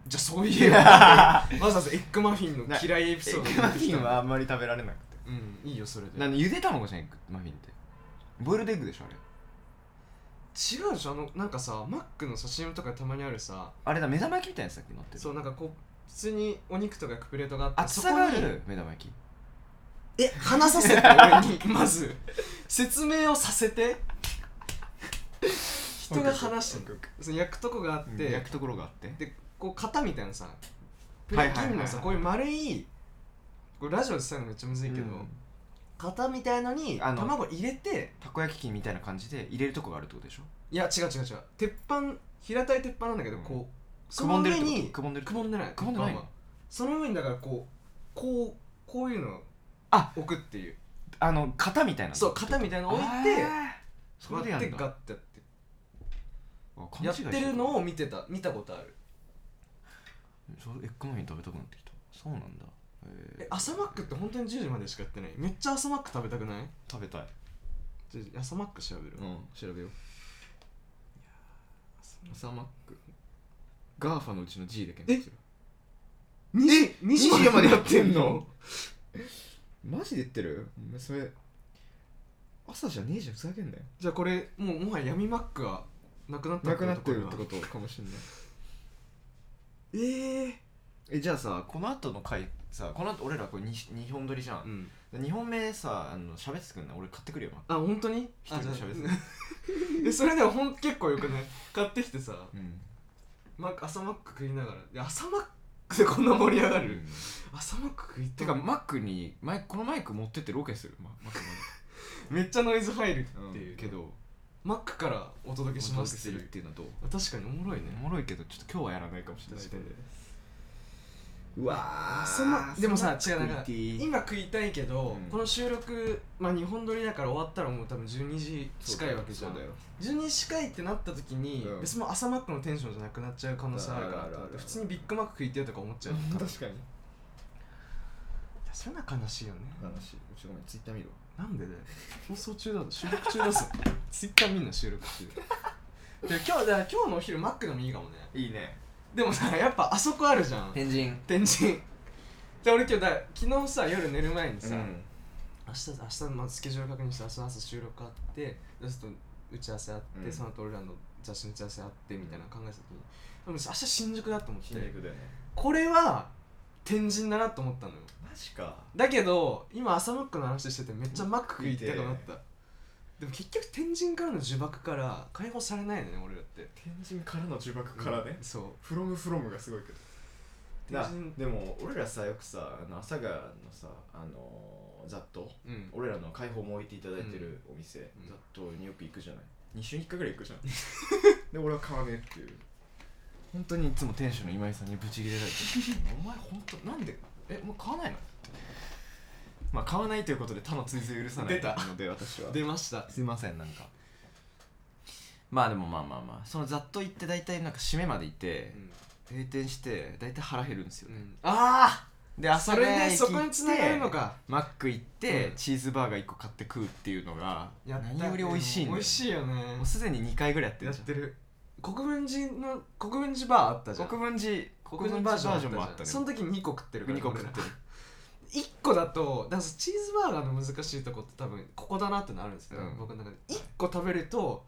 Speaker 1: じゃあそう 言えよわざわざエッグマフィンの嫌いエピソード
Speaker 2: あんまり食べられなく て
Speaker 1: うんいいよそれで
Speaker 2: なんでゆで卵じゃんエッグマフィンってボイルドエッグでしょあれ
Speaker 1: 違うでしょあのなんかさマックのさ CM とかでたまにあるさ
Speaker 2: あれだ目玉焼きみたいなやつだっけ乗ってる
Speaker 1: そうなんかこう普通にお肉とかプレートがあって
Speaker 2: 厚さがあ
Speaker 1: そこに
Speaker 2: る目玉焼き
Speaker 1: え話させて俺に まず説明をさせて人が話してるその焼くとこがあって、
Speaker 2: で焼くところがあって
Speaker 1: でこう型みたいなさプ
Speaker 2: はい
Speaker 1: レ
Speaker 2: はいはいはい
Speaker 1: 金のさこういう丸いこれラジオで伝えるのめっちゃむずいけど、
Speaker 2: うん
Speaker 1: 型みたいのに
Speaker 2: あの
Speaker 1: 卵入れて
Speaker 2: たこ焼き器みたいな感じで入れるとこがあるってことでしょ
Speaker 1: いや違う違う違う鉄板平たい鉄板なんだけど、
Speaker 2: うん
Speaker 1: こうそ
Speaker 2: くぼ
Speaker 1: の
Speaker 2: んでるっ
Speaker 1: 上
Speaker 2: てこと
Speaker 1: に
Speaker 2: くぼんでる
Speaker 1: くぼんでない
Speaker 2: くぼんでないの
Speaker 1: 鉄板はその上にだからこうこうこういうのを
Speaker 2: あ
Speaker 1: 置くっていう
Speaker 2: あの型みたいな
Speaker 1: そう型みたいなの置いて
Speaker 2: あーそれ
Speaker 1: 割
Speaker 2: でや
Speaker 1: って
Speaker 2: ん
Speaker 1: ガッ
Speaker 2: だ
Speaker 1: てやって
Speaker 2: あ勘違
Speaker 1: や
Speaker 2: い
Speaker 1: っ
Speaker 2: して
Speaker 1: るのを見てた見たことある
Speaker 2: そうエッグマフィン食べたくなってきたそうなんだえ
Speaker 1: え朝マックって本当に10時までしかやってないめっちゃ朝マック食べたくない
Speaker 2: 食べたい
Speaker 1: ちょ朝マック調べる、
Speaker 2: うん調べよう
Speaker 1: 朝
Speaker 2: 朝マックガーファのうちの G で
Speaker 1: 検
Speaker 2: 検
Speaker 1: 索
Speaker 2: 索
Speaker 1: す
Speaker 2: す
Speaker 1: マック2時
Speaker 2: 2時
Speaker 1: ま
Speaker 2: ま
Speaker 1: で
Speaker 2: で
Speaker 1: や
Speaker 2: や
Speaker 1: っ
Speaker 2: ってて
Speaker 1: ん
Speaker 2: ん
Speaker 1: の
Speaker 2: の マジで言ってるお前それ朝じゃねえじゃんふざけんなよ
Speaker 1: じゃあこれもうもはや闇マックはなくなった
Speaker 2: なくなってるって
Speaker 1: こ
Speaker 2: こととかもしんない
Speaker 1: えー、
Speaker 2: えじゃあさこの後の回さこの後俺らこれ 2, 二本撮りじゃん、
Speaker 1: ん
Speaker 2: 2本目さあの喋ってくんない俺買ってくるよ
Speaker 1: あ本当に
Speaker 2: 一人で喋 って
Speaker 1: てそれでもほん結構よくない買ってきてさ
Speaker 2: うん
Speaker 1: マック朝マック食いながらいや朝マックでこんな盛り上が
Speaker 2: あ
Speaker 1: る、朝マック食い
Speaker 2: て
Speaker 1: た
Speaker 2: か
Speaker 1: い
Speaker 2: マックにマイクこのマイク持ってってロケする、ま、マック
Speaker 1: めっちゃノイズ入る
Speaker 2: ま
Speaker 1: っ
Speaker 2: で
Speaker 1: て
Speaker 2: うん
Speaker 1: いう、
Speaker 2: けど
Speaker 1: マックからお
Speaker 2: ロ
Speaker 1: 届けしますって
Speaker 2: す
Speaker 1: い
Speaker 2: るっ
Speaker 1: う
Speaker 2: ていうのはどう
Speaker 1: 確かにおもろいね
Speaker 2: おもろいけどちょっと今日はやらないかもしれない
Speaker 1: 確かに
Speaker 2: うわー
Speaker 1: そんなでもさ
Speaker 2: そんな
Speaker 1: 違うなんか
Speaker 2: 食いてえ
Speaker 1: 今食いたいけど、
Speaker 2: うん
Speaker 1: この収録、まあ、2本撮りだから終わったらもう多分12時近いわけじゃん
Speaker 2: そうだよ
Speaker 1: 12時近いってなった時に、
Speaker 2: うん
Speaker 1: 別にもう朝マックのテンションじゃなくなっちゃう可能性あるから
Speaker 2: あるあるある
Speaker 1: と思って普通にビッグマック食いてるとか思っちゃうからい
Speaker 2: 確かに
Speaker 1: やそれな悲しいよね
Speaker 2: 話ちょっとごめんツイッター見ろ
Speaker 1: なんでだよ放送中だぞ収録中だ ぞツイッターみんな収録中で今日だから今日のお昼マックでもいいかもね
Speaker 2: いいね
Speaker 1: でもさやっぱあそこあるじゃん
Speaker 2: 天神
Speaker 1: 天神で俺今日だから昨日さ夜寝る前に
Speaker 2: う
Speaker 1: さ、
Speaker 2: ん
Speaker 1: 明日明日まあスケジュール確認して明日の朝収録あってでちょっと打ち合わせあって、
Speaker 2: うん
Speaker 1: その後俺らの雑誌の打ち合わせあってみたいなの考えた時にでも明日新宿だと思っ
Speaker 2: 新
Speaker 1: て
Speaker 2: 宿だよね
Speaker 1: これは天神だなと思ったのよ
Speaker 2: マジか
Speaker 1: だけど今朝マックの話しててめっちゃマック食いたくなっ
Speaker 2: 食いて
Speaker 1: たでも結局天神からの呪縛から解放されないのね俺らって
Speaker 2: 天神からの呪縛
Speaker 1: うんそう
Speaker 2: フロムフロムがすごいけど
Speaker 1: 天
Speaker 2: な
Speaker 1: 神
Speaker 2: でも俺らさよくさあの阿佐ヶ谷のさあのー、雑踏
Speaker 1: うん
Speaker 2: 俺らの開放も置いていただいてるお店、
Speaker 1: うん
Speaker 2: 雑踏によく行くじゃない2週に1回ぐらい行く じゃんで俺は買わねえっていう本当にいつも店主の今井さんにブチギレられてる お前本当なんでえもう買わないのってまあ買わないということで他の追随を許さない
Speaker 1: 出た
Speaker 2: ので私は
Speaker 1: 出ました
Speaker 2: すいませんなんかまあでもまあまあまあそのざっと行って大体なんか締めまで行って
Speaker 1: うん
Speaker 2: 閉店して大体腹減るんですよ
Speaker 1: う
Speaker 2: ね、
Speaker 1: んあ
Speaker 2: で
Speaker 1: あ
Speaker 2: 朝
Speaker 1: それでそこ
Speaker 2: 行
Speaker 1: に繋がるのか
Speaker 2: マック行って、
Speaker 1: うん
Speaker 2: チーズバーガー1個買って食うっていうのが
Speaker 1: やった
Speaker 2: 何より美味しいんだよ
Speaker 1: 美味しいよね
Speaker 2: もうすでに2回ぐらいやって
Speaker 1: や
Speaker 2: る
Speaker 1: っ
Speaker 2: じ
Speaker 1: てる国分寺の国分寺バーあったじ
Speaker 2: ゃ
Speaker 1: ゃ
Speaker 2: ん
Speaker 1: ん
Speaker 2: 国分寺
Speaker 1: 国分寺バージョン
Speaker 2: も
Speaker 1: も
Speaker 2: あ
Speaker 1: あっ
Speaker 2: っ
Speaker 1: たた
Speaker 2: ね
Speaker 1: ねその時2個食ってるから
Speaker 2: 2個食ってる
Speaker 1: 1個だとだからチーズバーガーの難しいとこって多分ここだなってのあるんですけど、
Speaker 2: うん
Speaker 1: 僕の中で1個食べると、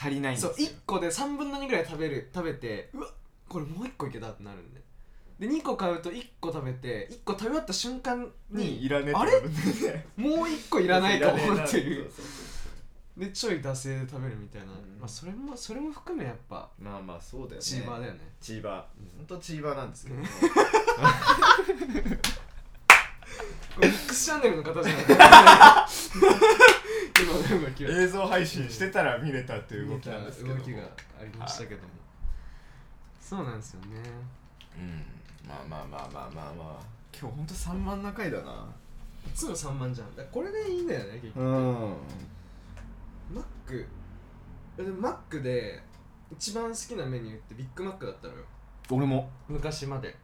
Speaker 2: 足りないんです
Speaker 1: そ
Speaker 2: よ
Speaker 1: う1個で3分の2ぐらい食べる食べてうわこれもう1個いけたってなるんでで2個買うと1個食べて1個食べ終わった瞬間
Speaker 2: にい
Speaker 1: に
Speaker 2: らねえって
Speaker 1: あれ
Speaker 2: なるんだ よね
Speaker 1: もう1個いらないかもってい
Speaker 2: らねえな
Speaker 1: う
Speaker 2: そそそ
Speaker 1: でちょい惰性で食べるみたいな、
Speaker 2: うん
Speaker 1: まあ、それもそれも含めやっぱ
Speaker 2: うまあまあそうだよね
Speaker 1: チーバーだよね
Speaker 2: チーバ
Speaker 1: うん
Speaker 2: ーほんとチーバーなんですけど
Speaker 1: う
Speaker 2: も
Speaker 1: んこれミックスチャンネルの方じゃ ないから 今の動きは
Speaker 2: 映像配信してたら見れたっていう動
Speaker 1: 動
Speaker 2: き
Speaker 1: き
Speaker 2: なんですけども
Speaker 1: がありましたけどもそうなんですよね
Speaker 2: うんまあまあまあまあまあまあ今日ほんと3万な回だない
Speaker 1: つも3万じゃんだからこれでいいんだよね結局
Speaker 2: うん
Speaker 1: マックでマックで一番好きなメニューってビッグマックだったのよ
Speaker 2: 俺も
Speaker 1: 昔まで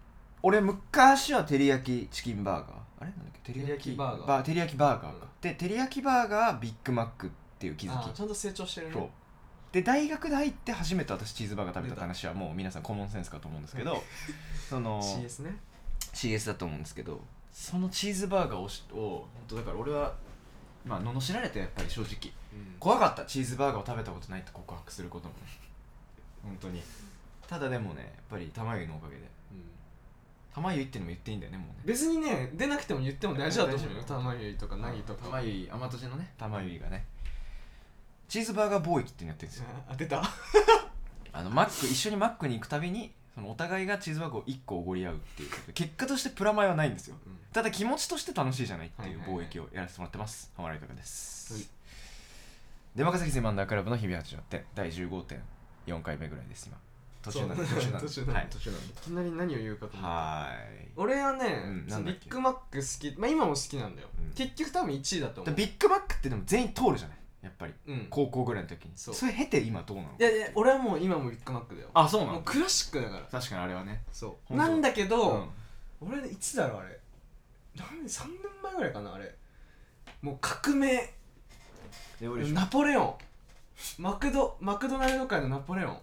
Speaker 2: 俺昔は照り焼きチキンバーガーあれなんだっけ照り焼
Speaker 1: 照り焼
Speaker 2: き
Speaker 1: きバーガー
Speaker 2: 照り焼きバーガーか、
Speaker 1: うん
Speaker 2: で照り焼きバーガービッグマックっていう気づ
Speaker 1: あ
Speaker 2: き
Speaker 1: ちゃんと成長してるね
Speaker 2: そうで大学で入って初めて私チーズバーガー食べたって話はもう皆さんコモンセンスかと思うんですけど その
Speaker 1: CS ね
Speaker 2: CS だと思うんですけどそのチーズバーガーをしを本当だから俺はまあ罵られてやっぱり正直怖かったチーズバーガーを食べたことないって告白することもね本当にただでもねやっぱり玉湯のおかげで
Speaker 1: うん
Speaker 2: 玉湯ってのも言っていいんだよねもうね
Speaker 1: 別にね出なくても言っても大事だと思うよ
Speaker 2: 大丈夫
Speaker 1: 玉ゆいとかなぎとか
Speaker 2: 玉ゆい天年のね玉ゆいがねチーズバーガー貿易っていうのやってるんですよ
Speaker 1: あ出た
Speaker 2: あのマック一緒にマックに行くたびにそのお互いがチーズバーガーを1個おごり合うっていうことで結果としてプラマイはないんですよ
Speaker 1: うん
Speaker 2: ただ気持ちとして楽しいじゃないっていう
Speaker 1: はいはいは
Speaker 2: 貿
Speaker 1: い
Speaker 2: 易をやらせてもらってます浜原豊です、
Speaker 1: はい
Speaker 2: で若崎セマンダークラブの日々始まって第15.4回目ぐらいです今途中なんで
Speaker 1: そ
Speaker 2: 途
Speaker 1: う
Speaker 2: 中なんで
Speaker 1: 途中なんで
Speaker 2: はい
Speaker 1: 途いきなり何を言うかと思った
Speaker 2: はーい
Speaker 1: 俺はね、
Speaker 2: うん
Speaker 1: そのビ
Speaker 2: なんだっ
Speaker 1: ッ
Speaker 2: け
Speaker 1: グマック好き、まあ、今も好きなんだよ、
Speaker 2: うん
Speaker 1: 結局多分1位だと
Speaker 2: で
Speaker 1: 思う
Speaker 2: ビッグマックってでも全員通るじゃないやっぱり
Speaker 1: うん、
Speaker 2: 高校ぐらいの時に
Speaker 1: そ
Speaker 2: そうれ経て今どうなの
Speaker 1: いやいや俺はもう今もビッグマックだよ
Speaker 2: あそうな
Speaker 1: もう
Speaker 2: の
Speaker 1: クラシックだから
Speaker 2: 確かにあれはね
Speaker 1: そう
Speaker 2: 本当
Speaker 1: なんだけど、
Speaker 2: ん
Speaker 1: 俺いつだろうあれ何3年前ぐらいかなあれもう革命
Speaker 2: で俺
Speaker 1: ナポレオンマクドマクドナルド界のナポレオン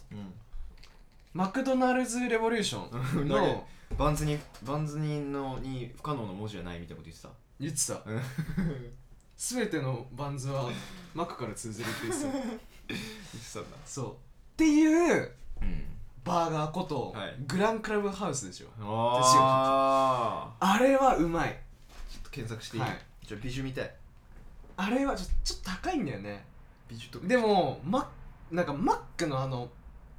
Speaker 1: マクドナルズレボリューション
Speaker 2: なんか
Speaker 1: の
Speaker 2: バンズにバンズにのに不可能の文字はないみたいなこと言ってた
Speaker 1: 言ってた
Speaker 2: うん
Speaker 1: 全てのバンズ はマックから通ずるって言ってた
Speaker 2: 言って
Speaker 1: そうっていう
Speaker 2: たんだうん
Speaker 1: バーガーこと、
Speaker 2: はい
Speaker 1: グランクラブハウスでしょ
Speaker 2: ああ
Speaker 1: あれはうまい
Speaker 2: ちょっと検索してて
Speaker 1: い
Speaker 2: い
Speaker 1: い
Speaker 2: いちょビジュ見たい
Speaker 1: あれはちょちょっと高いんだよね
Speaker 2: ビジュと
Speaker 1: でもマッなんかマックのあの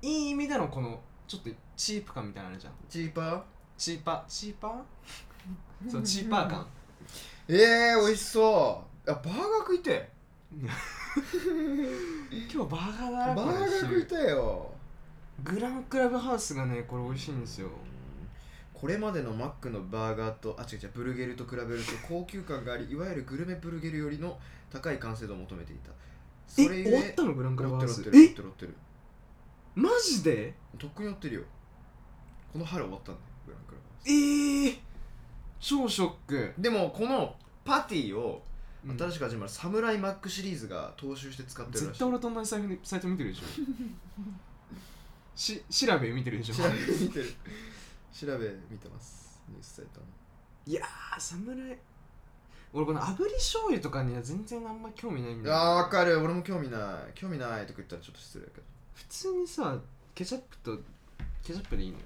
Speaker 1: いい意味でのこのちょっとチープ感みたいなのあるじゃん
Speaker 2: チーパー
Speaker 1: チーパチーパーそうチーパー 感
Speaker 2: ええ美味しそうあバーガー食いて
Speaker 1: 今日バーガーだなこれ昼
Speaker 2: てよ
Speaker 1: グランクラブハウスがねこれ美味しいんですよ
Speaker 2: これまでのマックのバーガーとあ違う違うブルゲルと比べると高級感がありいわゆるグルメブルゲルよりの高い完成度を求めていたそれ
Speaker 1: え
Speaker 2: ゆえ
Speaker 1: 終わったのグランカラ
Speaker 2: 乗っ
Speaker 1: バ
Speaker 2: て
Speaker 1: ース
Speaker 2: る乗ってる乗っ
Speaker 1: え
Speaker 2: てる乗ってる
Speaker 1: マジで
Speaker 2: とっくに乗ってるよこの春終わったんだよグランクラバー
Speaker 1: えー、超ショック、
Speaker 2: スでもこのパティを
Speaker 1: うん
Speaker 2: 新しく始まるサムライマックシリーズが踏襲して使ってるらしい
Speaker 1: 絶対俺と同じ財布でサイト見てるでしょし調べ見てるでしょ
Speaker 2: 調べ見てる調べ見てますニュースサイトの
Speaker 1: あ侍俺この炙り醤油とかには全然あんま興味ないんだよ
Speaker 2: あーわかる俺も興味ない興味ないとか言ったらちょっと失礼だけど
Speaker 1: 普通にさケチャップとケチャップでいいのよ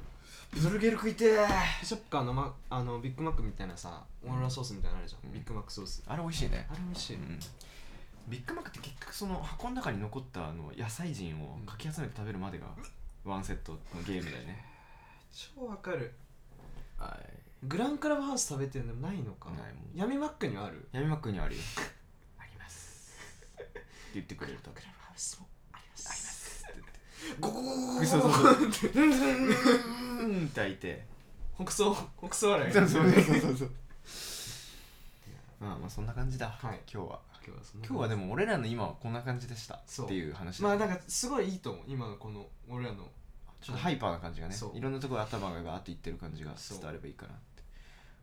Speaker 2: ブルゲル食いてー
Speaker 1: ケチャップかあの,、ま、あのビッグマックみたいなさオーロラソースみたいなのあるじゃん、
Speaker 2: うん
Speaker 1: ビッグマックソース
Speaker 2: あれ美味しいね
Speaker 1: あれ美味しい、
Speaker 2: ビッグマックって結局その箱の中に残ったあの野菜陣をかき集めて食べるまでがワンセットのゲームだよね
Speaker 1: 超わかる
Speaker 2: はい
Speaker 1: グランクラブハウス食べてるのないのか
Speaker 2: ないもん
Speaker 1: 闇マックにはある
Speaker 2: 闇マックにはあるよありますって言ってくれると
Speaker 1: グランクラブハウスもあります
Speaker 2: ありますって言って
Speaker 1: ゴゴゴゴゴゴ
Speaker 2: そうそうそう
Speaker 1: って
Speaker 2: うーんって開いて
Speaker 1: 北総北総笑い
Speaker 2: そうそうそうそうそうまあまあそんな感じだ、
Speaker 1: はい
Speaker 2: 今日は
Speaker 1: 今日はそんな感じ
Speaker 2: 今日はでも俺らの今はこんな感じでした
Speaker 1: そう
Speaker 2: っていう話だ
Speaker 1: まあなんかすごいいいと思う今のこの俺らの
Speaker 2: ちょっとハイパーな感じがね
Speaker 1: そう
Speaker 2: いろんなところ頭がガーっていってる感じが
Speaker 1: そう
Speaker 2: 伝わればいいかなって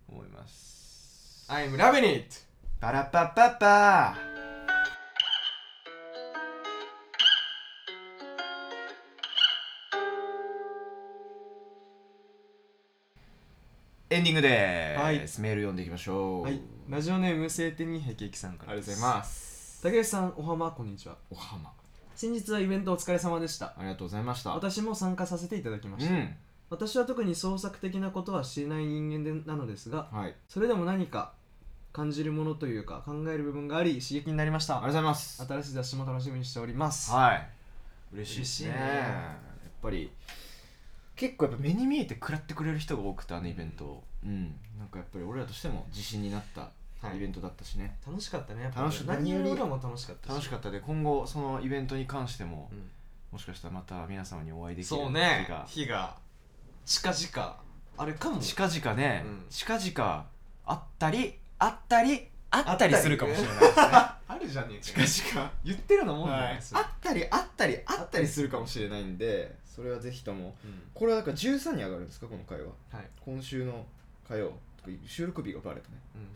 Speaker 2: 思います
Speaker 1: 「I'm loving it!」
Speaker 2: パラパパパーエンディングです、
Speaker 1: はい
Speaker 2: メール読んでいきましょう
Speaker 1: はい、ラジオネーム晴天に平気さんからです
Speaker 2: す
Speaker 1: 竹内さんおはまこんにちは
Speaker 2: おはま
Speaker 1: 先日はイベントお疲れ様でした
Speaker 2: ありがとうございました
Speaker 1: 私も参加させていただきま
Speaker 2: う
Speaker 1: した、
Speaker 2: ん
Speaker 1: 私は特に創作的なことはしない人間でなのですが
Speaker 2: はい
Speaker 1: それでも何か感じるものというか考える部分があり刺激になりまし
Speaker 2: あ
Speaker 1: た
Speaker 2: りがとうございます
Speaker 1: 新しい雑誌も楽しみにしております
Speaker 2: はい嬉しいですね
Speaker 1: 嬉しいね
Speaker 2: やっぱり結構やっぱ目に見えて食らってくれる人が多くてあのイベントうんなんかやっぱり俺らとしても自信になった
Speaker 1: はい
Speaker 2: イベントだったしね
Speaker 1: 楽しかったねやっぱ
Speaker 2: 楽しかった
Speaker 1: 何より俺らも楽しかった
Speaker 2: 楽しか
Speaker 1: っ
Speaker 2: ったで今後そのイベントに関しても
Speaker 1: た、うん
Speaker 2: もしかしたらまた皆様にお会いできる
Speaker 1: そうね
Speaker 2: 日が
Speaker 1: 日が近々あれかも
Speaker 2: 近々ね
Speaker 1: うん
Speaker 2: 近々あったりあったりあったりするかもしれない
Speaker 1: あるじゃねえかよ
Speaker 2: ですね近々
Speaker 1: 言ってるのもんだよ
Speaker 2: はい
Speaker 1: それ
Speaker 2: あったりあったりあったりするかもしれないんでそれはぜひとも
Speaker 1: うん
Speaker 2: これはだから13に上がるんですかこの会は
Speaker 1: はい
Speaker 2: 今週の火曜収録日がバレたね
Speaker 1: うん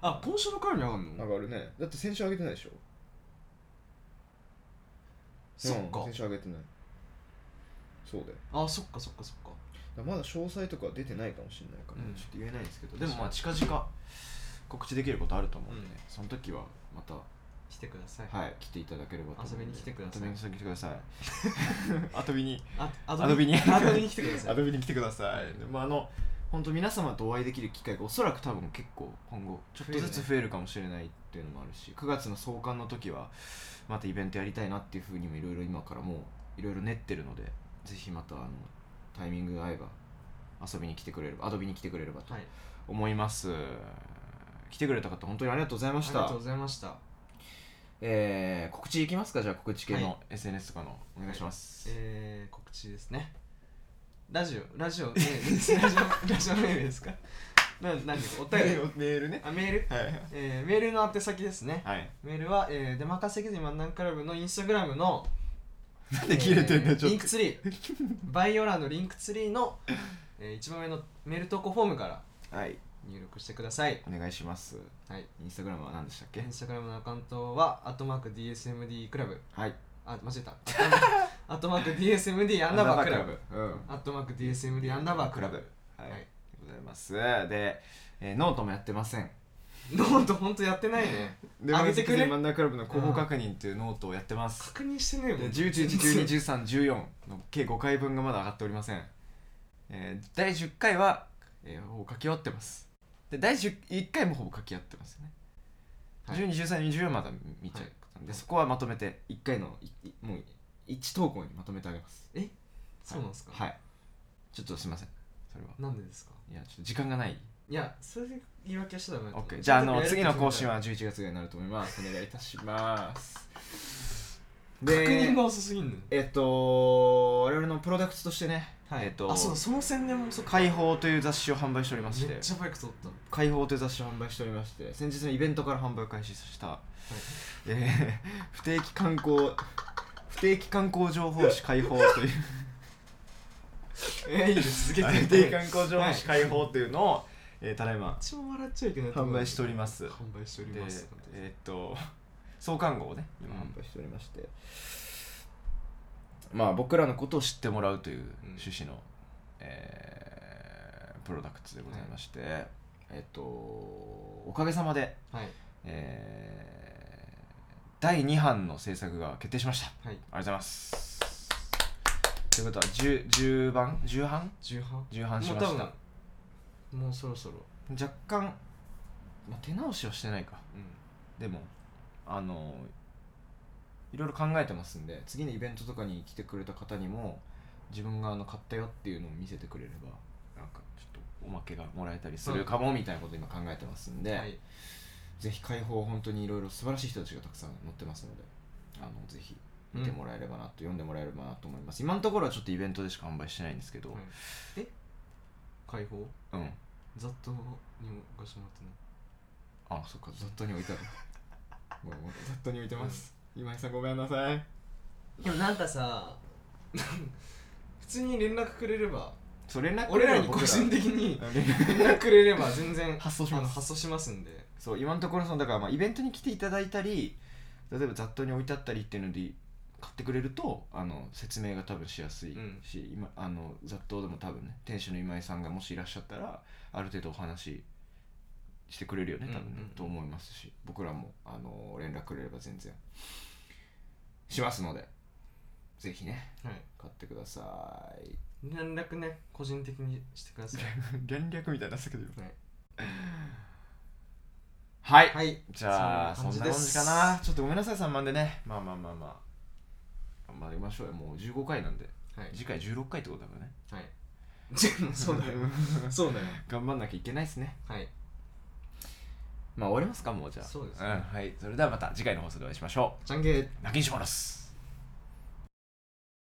Speaker 1: あ今週の回にあん
Speaker 2: 上
Speaker 1: の
Speaker 2: がるねだって先週上げてないでしょ
Speaker 1: そっ
Speaker 2: うん
Speaker 1: か
Speaker 2: 先週上げてないそうだよ
Speaker 1: あそっかそっかそっか
Speaker 2: だからまだ詳細とかは出てないかもしれないから、
Speaker 1: うん
Speaker 2: ちょっと言えないんですけどでもまあ近々告知できることあると思うんで、
Speaker 1: うん
Speaker 2: その時はまた
Speaker 1: 来てください
Speaker 2: はい来ていただければと思うんで
Speaker 1: 遊びに来てください
Speaker 2: 遊びに来てください 遊びに
Speaker 1: あ
Speaker 2: アドビに
Speaker 1: アドビに来て ください
Speaker 2: 遊びに来てくださいでもあの本当皆様とお会いできる機会がおそらく多分結構今後ちょっとずつ増えるかもしれないっていうのもあるし9月の創刊の時はまたイベントやりたいなっていうふうにもいろいろ今からもういろいろ練ってるのでぜひまたあのタイミングが合えば遊びに来てくれればアドビに来てくれればと
Speaker 1: はい
Speaker 2: 思います、来てくれた方本当にありがとうござい
Speaker 1: あ
Speaker 2: ま
Speaker 1: り
Speaker 2: し
Speaker 1: が
Speaker 2: た
Speaker 1: とうございました
Speaker 2: えー告知いきますかじゃあ告知系の、
Speaker 1: は
Speaker 2: SNS とかのお願いします、
Speaker 1: えー、告知ですねラジオラジオメー ルですラジオラジオメールですかな何お便 り
Speaker 2: メールね
Speaker 1: あメール、
Speaker 2: はい
Speaker 1: えー、メールの宛先ですね
Speaker 2: はい
Speaker 1: メールは、えー、出まかせきず漫談クラブのインスタグラムの
Speaker 2: なん で切れてんだ
Speaker 1: えー
Speaker 2: よちょっ
Speaker 1: リン
Speaker 2: と
Speaker 1: クツリ ーバイオラのリンクツリーの、えー、一番上のメール投稿フォームから
Speaker 2: はい、
Speaker 1: 入力してください
Speaker 2: お願いします。
Speaker 1: はい
Speaker 2: インスタグラムは何でしたっ
Speaker 1: イ
Speaker 2: け
Speaker 1: ンスタグラムのアカウントは、アットマーク DSMD クラブ。
Speaker 2: はい。
Speaker 1: あ、間違え た。アットマーク DSMD アンダーバークラブ。。
Speaker 2: うん。
Speaker 1: アットマーク DSMD アンダーバークラブ。。
Speaker 2: は。
Speaker 1: はいい。
Speaker 2: ございます。で、えーノートもやってません。
Speaker 1: ノートほんとやってないね。
Speaker 2: で
Speaker 1: あげてくれ
Speaker 2: マンダークラブの広報確認っていうノートをやってます。
Speaker 1: 確認してねえも
Speaker 2: で、
Speaker 1: ん。
Speaker 2: 11、12、13、14の計5回分がまだ上がっておりません。えー第10回は、えーほぼ書き終わってます。で、第11回もほぼ書き終わってますよね。
Speaker 1: はい
Speaker 2: 12、13、24まだ見ちゃったんで、
Speaker 1: はい
Speaker 2: そこはまとめて1回のいいもう1投稿にまとめてあげます。
Speaker 1: そうなんですか、
Speaker 2: はいちょっとすいませんそれは
Speaker 1: なんでですか
Speaker 2: いやちょっと時間がない
Speaker 1: いや、そういう言い訳はしちゃダメだと思う
Speaker 2: OK じゃああの
Speaker 1: ちょっと
Speaker 2: 次
Speaker 1: や
Speaker 2: の
Speaker 1: ると
Speaker 2: 更新は11月ぐらいになると思いますお願いいたします
Speaker 1: 確認
Speaker 2: で
Speaker 1: が遅すぎんのよ
Speaker 2: えっと我々のプロダクツとしてね、
Speaker 1: はい
Speaker 2: えっと
Speaker 1: あそうだその宣伝もそっか
Speaker 2: 解放という雑誌を販売しておりまし
Speaker 1: めってちゃバイク撮ったの
Speaker 2: 解放という雑誌を販売しておりまして先日のイベントから販売を開始した、えー 不定期観光不定期観光情報誌解放という
Speaker 1: えいいです続け
Speaker 2: 不
Speaker 1: て
Speaker 2: 定期観光情報誌解放というのを、えーただいま
Speaker 1: 一番笑っちゃいけない
Speaker 2: 販売しておりますす
Speaker 1: 販売しており
Speaker 2: で
Speaker 1: ます
Speaker 2: えーっと 創刊号をね今
Speaker 1: うん
Speaker 2: 販売しておりまして、まあ僕らのことを知ってもらうという趣旨の、えープロダクツでございまして、えーっとおかげさまで、
Speaker 1: はい
Speaker 2: えー第2版の制作が決定しましたあ
Speaker 1: はい
Speaker 2: りがとうございますということは 10, 10版10版
Speaker 1: 重版
Speaker 2: 10版し
Speaker 1: もう
Speaker 2: ま
Speaker 1: 多
Speaker 2: し
Speaker 1: 分
Speaker 2: た
Speaker 1: もうそろそろ
Speaker 2: 若干、まあ、手直しはしてないかでもあのいろいろ考えてますんで次のイベントとかに来てくれた方にも自分があの買ったよっていうのを見せてくれればなんかちょっとおまけがもらえたりするかもみたいなこと今考えてますんで、
Speaker 1: はい
Speaker 2: ぜひ解放本当にいろいろ素晴らしい人たちがたくさん載ってますのであのぜひ見てもらえればなと、読んでもらえればなと思います今のところはちょっとイベントでしか販売してないんですけど、
Speaker 1: はいえ解放
Speaker 2: うん
Speaker 1: ざっとにも貸してもらってない
Speaker 2: あそっかざっとに置 いてあるごめんごめんざっとに置いてます、今井さんごめんなさい
Speaker 1: でもなんかさ普通に連絡くれれ ば
Speaker 2: そう連絡
Speaker 1: 俺らに個人的に
Speaker 2: 連絡
Speaker 1: 連絡くれれば全然
Speaker 2: 発送し
Speaker 1: あ
Speaker 2: ま
Speaker 1: の
Speaker 2: す
Speaker 1: 発送しますんで
Speaker 2: そう今のところそのだからまあイベントに来ていただいたり例えば雑踏に置いてあったりっていうので買ってくれるとあの説明が多分しやすい
Speaker 1: うん
Speaker 2: し、今あの雑踏でも多分ね店主の今井さんがもしいらっしゃったらある程度お話ししてくれるよね多分ね、
Speaker 1: うんうんうん
Speaker 2: と思いますし僕らもあの連絡くれれば全然しますのでぜひね
Speaker 1: はい
Speaker 2: 買ってください
Speaker 1: 連絡ね個人的にしてください
Speaker 2: 連略みたいになったけど
Speaker 1: はい
Speaker 2: はい、
Speaker 1: はい
Speaker 2: じゃあそ
Speaker 1: そん
Speaker 2: ん
Speaker 1: な
Speaker 2: な
Speaker 1: 感じで
Speaker 2: もん
Speaker 1: す
Speaker 2: かなちょっとごめんなさい3万でねまあまあまあまあ頑張りましょうよもう15回なんで
Speaker 1: はい
Speaker 2: 次回16回ってことだからね
Speaker 1: はい そうだよ そうだよ
Speaker 2: 頑張んなきゃいけないですね
Speaker 1: はい
Speaker 2: まあ終わりますかもうじゃあ
Speaker 1: そうですね
Speaker 2: ん、はいそれではまた次回の放送でお会いしましょ
Speaker 1: じゃんけん
Speaker 2: う泣きにします